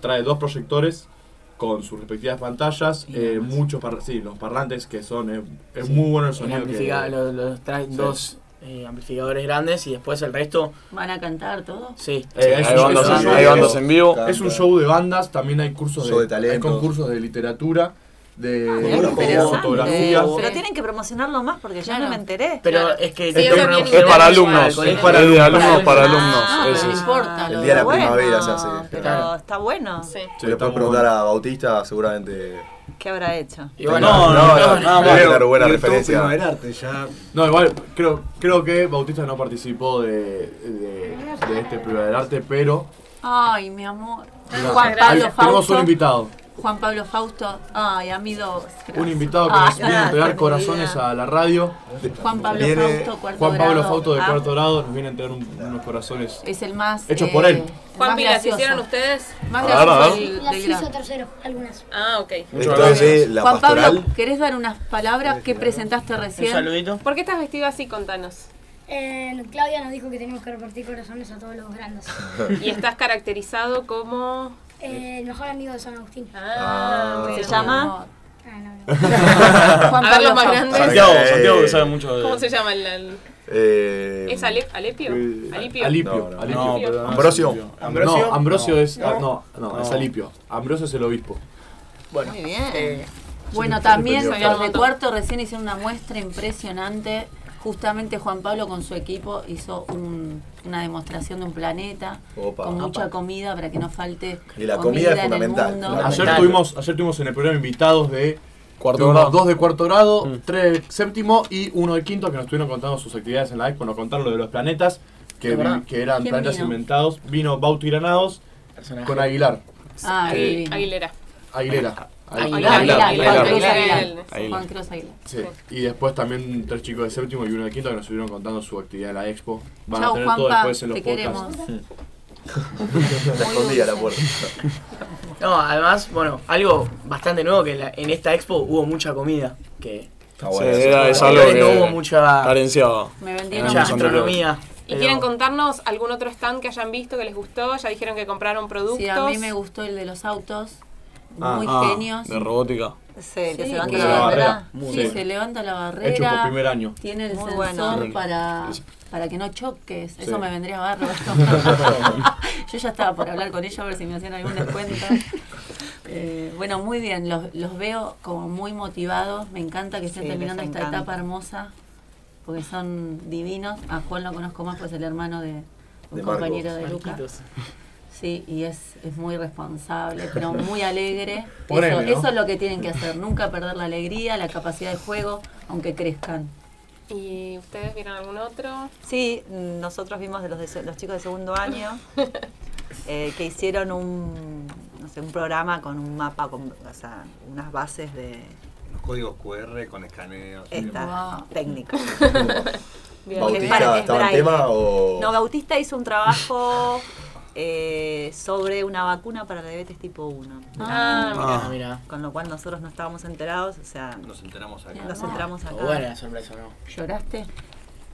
Speaker 8: trae dos proyectores con sus respectivas pantallas, eh, muchos par- sí, los parlantes que son, eh, es muy bueno el
Speaker 5: El
Speaker 8: sonido. que-
Speaker 5: amplifica- los, los trae dos eh, amplificadores grandes y después el resto,
Speaker 4: Van a cantar todo.
Speaker 5: sí.
Speaker 8: Eh,
Speaker 10: hay,
Speaker 8: es un-
Speaker 10: bandas,
Speaker 8: es un
Speaker 10: en-
Speaker 8: show
Speaker 10: hay
Speaker 8: de-
Speaker 10: bandas en vivo.
Speaker 3: Claro.
Speaker 8: Es un show de bandas, también hay cursos
Speaker 3: Show de
Speaker 8: de, hay
Speaker 3: talentos.
Speaker 8: concursos de literatura, de
Speaker 7: Mirá qué
Speaker 8: dibujo,
Speaker 7: interesante.
Speaker 8: fotografía.
Speaker 7: Pero tienen que promocionarlo más porque yo
Speaker 4: Claro.
Speaker 7: no me enteré.
Speaker 5: Pero
Speaker 9: Claro.
Speaker 5: es que
Speaker 9: Sí,
Speaker 8: este,
Speaker 9: es bien
Speaker 10: Es
Speaker 9: Claro.
Speaker 10: para alumnos,
Speaker 5: Claro.
Speaker 10: es para de alumnos para alumnos. es-
Speaker 4: Ah, pero
Speaker 10: es-
Speaker 4: no importa.
Speaker 3: El
Speaker 4: lo
Speaker 3: día de la
Speaker 4: de-
Speaker 7: Bueno,
Speaker 3: primavera se hace.
Speaker 7: Pero
Speaker 5: Claro.
Speaker 7: está bueno.
Speaker 9: Sí.
Speaker 8: Sí,
Speaker 3: Se le
Speaker 8: está
Speaker 3: puedo
Speaker 8: muy
Speaker 3: preguntar
Speaker 8: bueno.
Speaker 3: a Bautista, seguramente.
Speaker 7: ¿Qué habrá hecho?
Speaker 5: Y bueno,
Speaker 10: No, no, no,
Speaker 3: no,
Speaker 10: nada
Speaker 3: no,
Speaker 10: más.
Speaker 3: no, Claro, buena
Speaker 6: YouTube
Speaker 3: referencia.
Speaker 6: Primavera Arte, ya
Speaker 8: No, igual, creo, creo que Bautista no participó de, de, de este Primavera del Arte, pero
Speaker 4: Ay, mi amor.
Speaker 8: mira,
Speaker 4: Juan
Speaker 8: hay-
Speaker 4: Pablo
Speaker 8: tenemos un
Speaker 4: Ah, Fausto.
Speaker 8: invitado.
Speaker 4: Juan Pablo Fausto. Ay, a mí dos. Gracias.
Speaker 8: Un invitado que
Speaker 4: Ay,
Speaker 8: nos viene a entregar
Speaker 7: gracias, mi
Speaker 8: corazones
Speaker 7: vida.
Speaker 8: a la radio.
Speaker 4: Juan Pablo
Speaker 3: Viene
Speaker 4: Fausto, cuarto
Speaker 8: Juan Pablo
Speaker 4: grado.
Speaker 8: Fauto de
Speaker 4: Ah,
Speaker 8: Cuarto Grado nos viene a entregar un- unos corazones.
Speaker 4: Es el más.
Speaker 8: Hechos por él.
Speaker 9: Juan
Speaker 4: más
Speaker 9: Pilas,
Speaker 4: gracioso.
Speaker 9: ¿hicieron ustedes?
Speaker 4: Más
Speaker 10: A ver, a
Speaker 4: gracioso
Speaker 10: ver.
Speaker 4: del-
Speaker 11: Las
Speaker 4: del
Speaker 11: hizo
Speaker 4: grado.
Speaker 11: tercero, algunas.
Speaker 9: Ah, ok.
Speaker 8: Este,
Speaker 3: Esto es de la
Speaker 4: Juan Pablo,
Speaker 3: pastoral.
Speaker 4: ¿querés dar unas palabras que presentaste
Speaker 5: un
Speaker 4: recién?
Speaker 5: saludito.
Speaker 9: ¿Por qué estás vestido así? Contanos.
Speaker 11: Eh, Claudia nos dijo que teníamos que repartir corazones a todos los grandes.
Speaker 9: Y estás caracterizado como...
Speaker 11: Eh, el mejor amigo de San Agustín.
Speaker 9: Ah,
Speaker 4: Se
Speaker 9: mira.
Speaker 4: llama
Speaker 11: Ah, no, no.
Speaker 4: [laughs] Juan
Speaker 9: A ver
Speaker 4: Pablo
Speaker 9: los más
Speaker 4: Fausto.
Speaker 9: grandes.
Speaker 10: Santiago,
Speaker 3: Eh,
Speaker 10: Santiago que sabe mucho de.
Speaker 9: ¿Cómo se llama el...? el-
Speaker 3: Eh,
Speaker 9: ¿Es Ale- Alepio? Alipio.
Speaker 8: Alipio.
Speaker 3: No, no.
Speaker 8: Alipio.
Speaker 10: No, pero no es
Speaker 3: Ambrosio.
Speaker 8: No, Ambrosio es. ah, No, no, es
Speaker 10: No.
Speaker 8: Alipio. Ambrosio es el obispo.
Speaker 7: Muy bien.
Speaker 5: eh,
Speaker 4: Bueno, también
Speaker 3: Soy
Speaker 4: los de cuarto recién hicieron una muestra impresionante. Justamente Juan Pablo con su equipo hizo un- una demostración de un planeta
Speaker 3: Opa.
Speaker 4: con mucha
Speaker 3: Opa.
Speaker 4: comida para que no falte
Speaker 3: Y la comida es
Speaker 4: en el
Speaker 3: fundamental,
Speaker 4: mundo.
Speaker 3: fundamental.
Speaker 8: Ayer tuvimos, ayer tuvimos en el programa invitados de.
Speaker 10: Cuarto
Speaker 8: tuvimos
Speaker 10: grado.
Speaker 8: Dos de cuarto grado, tres de séptimo y uno de quinto que nos estuvieron contando sus actividades en la expo. Nos contaron lo de los planetas, que,
Speaker 5: Es
Speaker 8: vi-
Speaker 5: verdad.
Speaker 8: que eran
Speaker 4: ¿Quién
Speaker 8: planetas
Speaker 4: vino?
Speaker 8: inventados. Vino Bauto y Granados
Speaker 5: Personaje.
Speaker 8: con Aguilar.
Speaker 4: Ah,
Speaker 9: Agui-
Speaker 4: divino.
Speaker 9: Aguilera.
Speaker 8: Aguilera.
Speaker 4: Aguilar,
Speaker 9: Aguilar,
Speaker 4: Aguilar,
Speaker 9: Aguilar,
Speaker 4: Juan Cruz
Speaker 9: Aguilar.
Speaker 4: Aguilar.
Speaker 10: Aguilar.
Speaker 4: Juan Cruz Aguilar.
Speaker 8: Sí. Y después también tres chicos de séptimo y uno de quinto que nos estuvieron contando su actividad en la expo. Van a
Speaker 4: Chau,
Speaker 8: tener todo
Speaker 4: Juanpa,
Speaker 8: después en
Speaker 4: te
Speaker 8: los podcasts.
Speaker 4: queremos.
Speaker 3: La escondida la puerta.
Speaker 5: No, además, bueno, algo bastante nuevo que en la- en esta expo hubo mucha comida. Que
Speaker 3: Está
Speaker 10: Sí,
Speaker 3: bueno.
Speaker 10: era,
Speaker 5: bueno.
Speaker 10: es algo
Speaker 5: No
Speaker 10: que
Speaker 5: hubo mucha-
Speaker 10: carenciaba.
Speaker 4: Me vendieron
Speaker 5: mucha
Speaker 10: Muchas
Speaker 4: más.
Speaker 10: anteriores.
Speaker 5: gastronomía.
Speaker 9: ¿Y quieren contarnos algún otro stand que hayan visto que les gustó? Ya dijeron que compraron productos.
Speaker 4: Sí, a mí me gustó el de los autos.
Speaker 10: Ah,
Speaker 4: muy
Speaker 10: ah,
Speaker 4: genios.
Speaker 10: De robótica.
Speaker 4: Sí, que
Speaker 10: Sí,
Speaker 4: se levanta
Speaker 10: que
Speaker 4: la
Speaker 10: se
Speaker 4: barrera.
Speaker 10: barrera. Muy
Speaker 4: Sí,
Speaker 10: bien.
Speaker 4: se levanta la barrera.
Speaker 10: Hecho por primer año.
Speaker 4: Tiene el
Speaker 7: Muy
Speaker 4: sensor
Speaker 7: bueno.
Speaker 4: para, para que no choques. Eso
Speaker 10: Sí.
Speaker 4: me
Speaker 10: [laughs]
Speaker 4: vendría bárbaro. Yo ya estaba por hablar con ellos a ver si me hacían algún descuento. Eh, bueno, muy bien. Los, los veo como muy motivados. Me encanta que estén
Speaker 7: Sí, les
Speaker 4: terminando esta
Speaker 7: encanta.
Speaker 4: etapa hermosa. Porque son divinos. A Juan lo conozco más, pues el hermano de un
Speaker 7: De Marcos.
Speaker 4: compañero de Lucas.
Speaker 7: Marquitos.
Speaker 4: Sí, y es, es muy
Speaker 5: [laughs]
Speaker 4: responsable, pero muy alegre.
Speaker 7: Poneme,
Speaker 4: eso, eso
Speaker 7: ¿no?
Speaker 4: es lo que tienen que hacer, nunca perder la alegría, la capacidad de juego, aunque crezcan.
Speaker 9: ¿Y ustedes vieron algún otro?
Speaker 7: Sí, nosotros vimos de los, de se- los chicos de segundo año eh, que hicieron un, no sé, un programa con un mapa, con, o sea, unas bases de
Speaker 6: Los códigos QR con escaneos. y
Speaker 7: esta
Speaker 6: demás.
Speaker 7: técnica.
Speaker 6: Bien.
Speaker 7: Que
Speaker 6: ¿Bautista
Speaker 7: para- es
Speaker 6: estaba en
Speaker 7: braille.
Speaker 6: tema o-
Speaker 7: No, Bautista hizo un trabajo eh, sobre una vacuna para diabetes tipo 1.
Speaker 9: Ah, mirá. Ah, mirá.
Speaker 7: Con lo cual nosotros no estábamos enterados, o sea...
Speaker 6: Nos enteramos acá.
Speaker 7: Nos enteramos acá.
Speaker 5: Estuvo buena la sorpresa, ¿no?
Speaker 4: ¿Lloraste?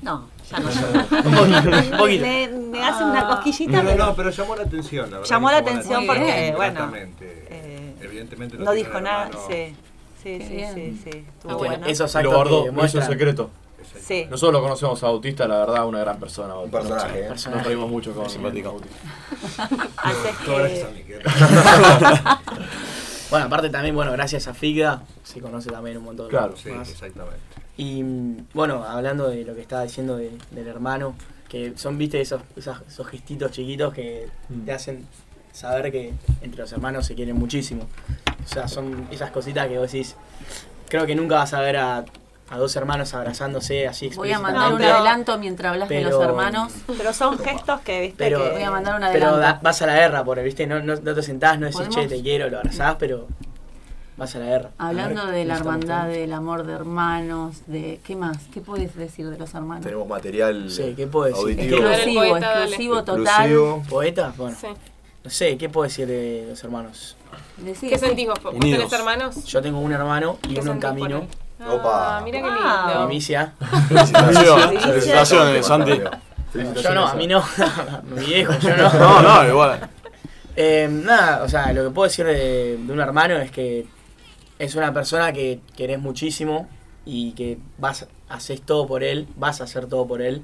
Speaker 7: No, ya
Speaker 6: [laughs] Un poquito, un
Speaker 7: no.
Speaker 6: poquito.
Speaker 7: me, me hace una cosquillita,
Speaker 6: No,
Speaker 7: pero...
Speaker 6: no, pero llamó la atención, la verdad.
Speaker 7: Llamó
Speaker 6: que
Speaker 7: la atención
Speaker 6: atención,
Speaker 7: porque,
Speaker 6: muy
Speaker 7: bueno, Eh,
Speaker 6: gratamente. Evidentemente lo
Speaker 7: No
Speaker 6: tiene
Speaker 7: dijo
Speaker 6: el
Speaker 7: nada,
Speaker 6: hermano.
Speaker 7: sí. Sí,
Speaker 4: Qué
Speaker 7: sí,
Speaker 4: bien.
Speaker 7: sí, sí. Estuvo
Speaker 4: Ah,
Speaker 7: bueno.
Speaker 4: bueno.
Speaker 10: Esos
Speaker 7: actos
Speaker 10: lo guardó,
Speaker 7: que
Speaker 10: lo hizo
Speaker 7: muestran-
Speaker 10: secreto.
Speaker 7: Sí.
Speaker 10: Nosotros lo conocemos a Bautista, la verdad, una gran persona. Bautista.
Speaker 3: personaje, ¿eh?
Speaker 10: Nos, nos reímos mucho con Simpático.
Speaker 7: Haces
Speaker 5: Todo
Speaker 7: que-
Speaker 5: gracias
Speaker 10: [laughs]
Speaker 5: a Miguel. bueno, aparte también, bueno, gracias a FIGDA se conoce también un montón.
Speaker 6: Claro,
Speaker 5: más.
Speaker 6: sí, exactamente.
Speaker 5: Y mm, bueno, hablando de lo que estaba diciendo de- del hermano, que son, viste, esos, esas- esos gestitos chiquitos que
Speaker 6: Mm.
Speaker 5: te hacen saber que entre los hermanos se quieren muchísimo. O sea, son esas cositas que vos decís, creo que nunca vas a ver a, a dos hermanos abrazándose así
Speaker 4: Voy a
Speaker 5: explícitamente.
Speaker 4: mandar un adelanto mientras hablas de los
Speaker 5: pero-
Speaker 4: hermanos.
Speaker 7: Pero son gestos que, viste,
Speaker 5: Pero,
Speaker 7: que...
Speaker 4: Voy a mandar un
Speaker 5: pero
Speaker 4: adelanto.
Speaker 5: da- vas a la guerra por él, ¿viste? No, no, no te sentás, no decís, che,
Speaker 4: ¿Podemos?
Speaker 5: te quiero, lo abrazás, pero vas a la guerra.
Speaker 4: Hablando
Speaker 5: Ahora,
Speaker 4: de la
Speaker 5: nos estamos
Speaker 4: hermandad, del amor de hermanos, de ¿qué más? ¿Qué podés decir de los hermanos?
Speaker 3: Tenemos material
Speaker 5: Sí, ¿qué puedo decir?
Speaker 3: auditivo.
Speaker 4: Exclusivo,
Speaker 9: poeta, dale.
Speaker 4: exclusivo total.
Speaker 3: Exclusivo.
Speaker 5: ¿Poeta? Bueno.
Speaker 9: Sí.
Speaker 5: No sé, ¿qué puedo decir de los hermanos?
Speaker 4: Decí,
Speaker 9: ¿Qué
Speaker 4: decí.
Speaker 9: sentís vos? ¿Vos
Speaker 5: Unidos.
Speaker 9: tenés hermanos?
Speaker 5: Yo tengo un hermano y uno en
Speaker 9: sentís por
Speaker 5: camino.
Speaker 9: Ah, mira qué lindo.
Speaker 8: [laughs]
Speaker 5: Primicia.
Speaker 10: Felicitaciones. Felicitaciones, eh, Santi.
Speaker 5: Yo no, a mí no. [laughs] Mi viejo, yo no.
Speaker 10: No, no, Ah, igual.
Speaker 5: Eh, nada, o sea, lo que puedo decir de, de un hermano es que es una persona que querés muchísimo y que vas, haces todo por él, vas a hacer todo por él.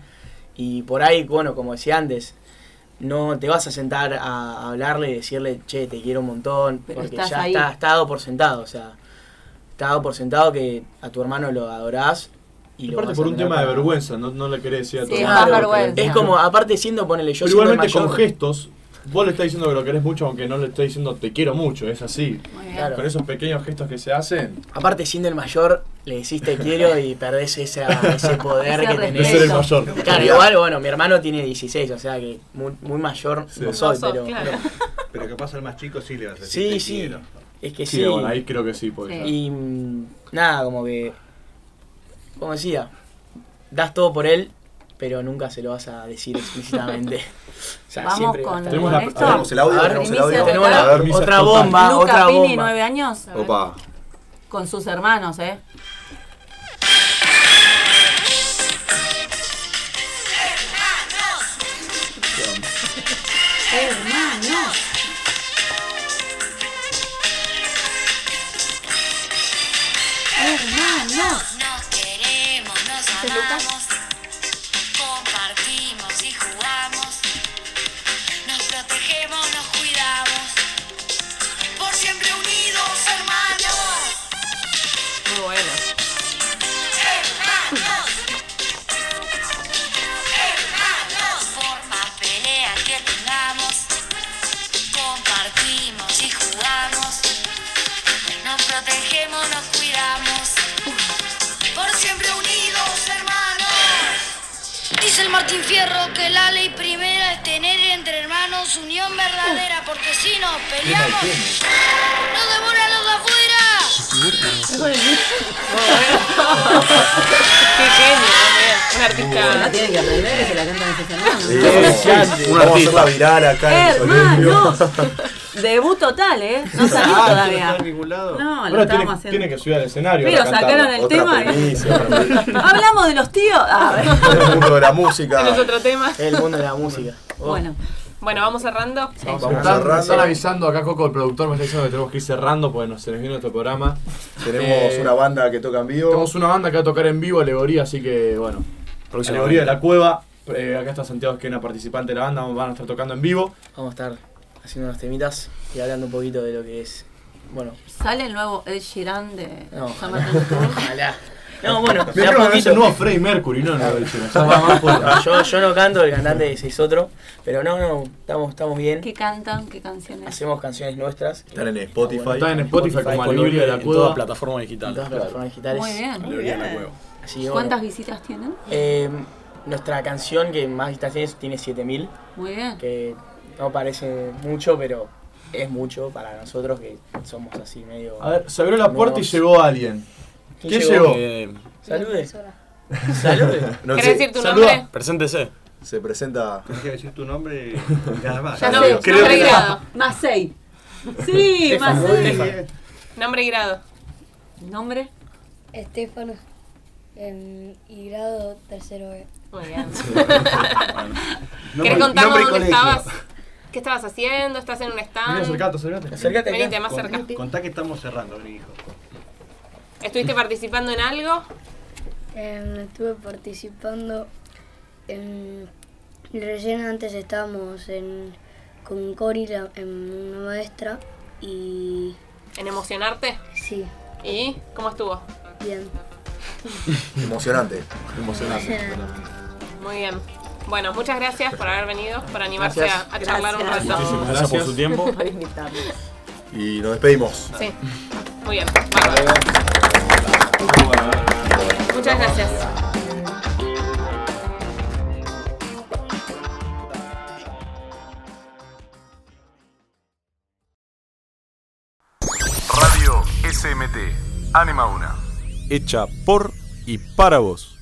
Speaker 5: Y por ahí, bueno, como decía antes, no te vas a sentar a hablarle y decirle, che, te quiero un montón,
Speaker 4: Pero
Speaker 5: porque
Speaker 4: estás
Speaker 5: ya
Speaker 4: ahí.
Speaker 5: está, está dado por sentado, o sea, está dado por sentado que a tu hermano lo adorás. Y lo
Speaker 8: Aparte
Speaker 5: vas
Speaker 8: por
Speaker 5: a
Speaker 8: un
Speaker 5: tener
Speaker 8: tema de
Speaker 5: para-
Speaker 8: vergüenza, no, no le querés decir a tu
Speaker 5: Sí,
Speaker 8: hermano
Speaker 5: es más
Speaker 8: lo que-
Speaker 5: vergüenza. Es como, aparte siendo, ponele, yo
Speaker 8: Pero
Speaker 5: siendo el
Speaker 8: igualmente con
Speaker 5: mayor.
Speaker 8: gestos, vos le estás diciendo que lo querés mucho, aunque no le estés diciendo te quiero mucho, es así.
Speaker 5: Muy bien. Claro.
Speaker 8: Con esos pequeños gestos que se hacen.
Speaker 5: Aparte, siendo el mayor, le decís te quiero y perdés esa- ese poder
Speaker 8: Ese
Speaker 5: que
Speaker 8: respeto.
Speaker 5: tenés.
Speaker 8: De ser el mayor.
Speaker 5: Claro, igual, bueno, mi hermano tiene 16, o sea que muy, muy mayor no soy, pero. pero-
Speaker 6: Pero que pasa el más chico sí le vas a decir.
Speaker 5: Sí,
Speaker 6: te
Speaker 5: sí.
Speaker 6: quiero.
Speaker 5: Es que
Speaker 8: Sí,
Speaker 5: sí.
Speaker 8: bueno, ahí creo que sí, puede ser.
Speaker 5: Y mm, nada, como que. Como decía, das todo por él, pero nunca se lo vas a decir explícitamente. [laughs] O sea,
Speaker 4: Vamos
Speaker 5: siempre va a
Speaker 4: con,
Speaker 5: estar-
Speaker 4: con
Speaker 3: la-
Speaker 4: esto.
Speaker 3: tenemos el audio,
Speaker 4: A ver,
Speaker 3: tenemos el
Speaker 4: primicia
Speaker 3: audio.
Speaker 4: total.
Speaker 3: Tenemos la- A ver, misa
Speaker 5: otra
Speaker 3: total.
Speaker 5: bomba,
Speaker 4: Luca
Speaker 5: otra
Speaker 4: Pini,
Speaker 5: bomba.
Speaker 4: nueve años.
Speaker 3: Opa.
Speaker 4: Con sus hermanos, ¿eh? Hermanos. Hermanos.
Speaker 12: Nos queremos, nos
Speaker 9: ¿Ese es Lucas?
Speaker 12: amamos, compartimos y jugamos, nos protegemos, nos cuidamos, por siempre unidos hermanos.
Speaker 9: Muy bueno.
Speaker 12: Hermanos, hermanos, por más pelea que tengamos, compartimos y jugamos, nos protegemos, nos cuidamos, por siempre unidos hermanos. Dice el Martín Fierro que la ley primera es tener entre hermanos unión verdadera, porque si nos peleamos, nos devoran los de
Speaker 9: [laughs] Qué genio, un artista.
Speaker 4: La tienen que aprender que se la cantan sus hermanos.
Speaker 3: Sí, vamos a hacerla viral acá en el
Speaker 4: Hermano.
Speaker 3: colegio.
Speaker 4: [laughs] Debut total, ¿eh? No salió
Speaker 8: Ah,
Speaker 4: todavía.
Speaker 8: no está en ningún
Speaker 4: No, lo
Speaker 8: Ahora
Speaker 4: estábamos
Speaker 8: tiene,
Speaker 4: haciendo.
Speaker 8: tiene que subir al escenario.
Speaker 4: Pero
Speaker 8: ahora a
Speaker 4: sacaron el
Speaker 8: cantarlo.
Speaker 4: tema. ¿eh? [laughs] Hablamos de los tíos. Ah, a ver.
Speaker 3: El mundo de la música.
Speaker 9: Es otro tema.
Speaker 5: El mundo de la música.
Speaker 9: Bueno. Bueno, vamos cerrando.
Speaker 8: Vamos a cerrar. Están avisando acá Coco, el productor, me está diciendo que tenemos que ir cerrando porque nos, se nos viene nuestro programa.
Speaker 3: Tenemos
Speaker 10: Eh,
Speaker 3: una banda que toca en vivo.
Speaker 8: Tenemos una banda que va a tocar en vivo, Alegoría, así que bueno.
Speaker 3: Próximamente.
Speaker 8: Alegoría de la Cueva. Eh, acá está Santiago Esquena, participante de la banda, van a estar tocando en vivo.
Speaker 5: Vamos a estar haciendo unos temitas y hablando un poquito de lo que es. Bueno,
Speaker 4: Sale el nuevo El Girán de
Speaker 5: No.
Speaker 4: Summer Tattoo Tour.
Speaker 5: Ojalá.
Speaker 8: [laughs]
Speaker 5: No, bueno,
Speaker 8: Me
Speaker 5: de a
Speaker 8: creo que es
Speaker 5: poquito.
Speaker 8: el nuevo Freddie Mercury, no, no, de hecho, no.
Speaker 5: [laughs] yo, yo no canto, el cantante ese es otro. Pero no, no, estamos, estamos bien.
Speaker 4: ¿Qué cantan? ¿Qué canciones?
Speaker 5: Hacemos canciones nuestras.
Speaker 3: Están en Spotify.
Speaker 8: Están en Spotify como Alegoría de la
Speaker 10: en
Speaker 8: Cueva.
Speaker 10: todas las plataformas digitales.
Speaker 5: En todas las plataformas digitales.
Speaker 4: Muy bien.
Speaker 10: Alegoría de la Cueva.
Speaker 5: Así que,
Speaker 4: ¿Cuántas
Speaker 5: bueno.
Speaker 4: visitas tienen?
Speaker 5: Eh, nuestra canción que más visitas tiene tiene 7000.
Speaker 4: Muy bien.
Speaker 5: Que no parece mucho, pero es mucho para nosotros que somos así medio.
Speaker 8: A ver, se abrió la puerta y
Speaker 5: nuevos.
Speaker 8: llegó alguien.
Speaker 5: ¿Quién
Speaker 8: ¿Quién
Speaker 5: llegó?
Speaker 8: llegó?
Speaker 5: Salude.
Speaker 8: Salude.
Speaker 3: No
Speaker 9: ¿Querés
Speaker 3: sé.
Speaker 9: decir tu
Speaker 3: Saluda.
Speaker 9: nombre?
Speaker 10: Preséntese. [laughs]
Speaker 3: Se presenta.
Speaker 6: Tienes que decir tu nombre y nada más.
Speaker 4: Ya
Speaker 3: No,
Speaker 4: sé,
Speaker 3: creo
Speaker 4: nombre
Speaker 3: que-
Speaker 4: y grado. Masei. Sí,
Speaker 6: Estefan,
Speaker 4: Masei.
Speaker 9: Nombre y grado.
Speaker 4: ¿Nombre?
Speaker 11: Estefano. em, y grado tercero E. B.
Speaker 9: Muy bien.
Speaker 6: Nombre-
Speaker 9: ¿Querés contarnos
Speaker 6: nombre y
Speaker 9: dónde
Speaker 6: colegio.
Speaker 9: estabas? ¿Qué estabas haciendo? ¿Estás en un stand?
Speaker 5: Acércate acá.
Speaker 9: Venite más cerca.
Speaker 6: Con- Contá que estamos cerrando, vení, hijo.
Speaker 9: ¿Estuviste participando en algo?
Speaker 11: Em, estuve participando en... Recién antes estábamos en, con Cori, la- en una maestra, y
Speaker 9: ¿En emocionarte?
Speaker 11: sí,
Speaker 9: ¿Y cómo estuvo?
Speaker 11: bien.
Speaker 3: Emocionante.
Speaker 8: Emocionante.
Speaker 9: Muy bien. Bueno, muchas gracias por haber venido, por animarse a,
Speaker 5: Gracias.
Speaker 9: a charlar un rato.
Speaker 3: Gracias. Muchísimas
Speaker 10: Gracias por
Speaker 3: gracias.
Speaker 10: su tiempo.
Speaker 4: Por invitarme.
Speaker 3: Y nos despedimos.
Speaker 9: Sí. Muy bien. bárbaro. Muchas gracias.
Speaker 1: Radio SMT, Anima 1.
Speaker 2: Hecha por y para vos.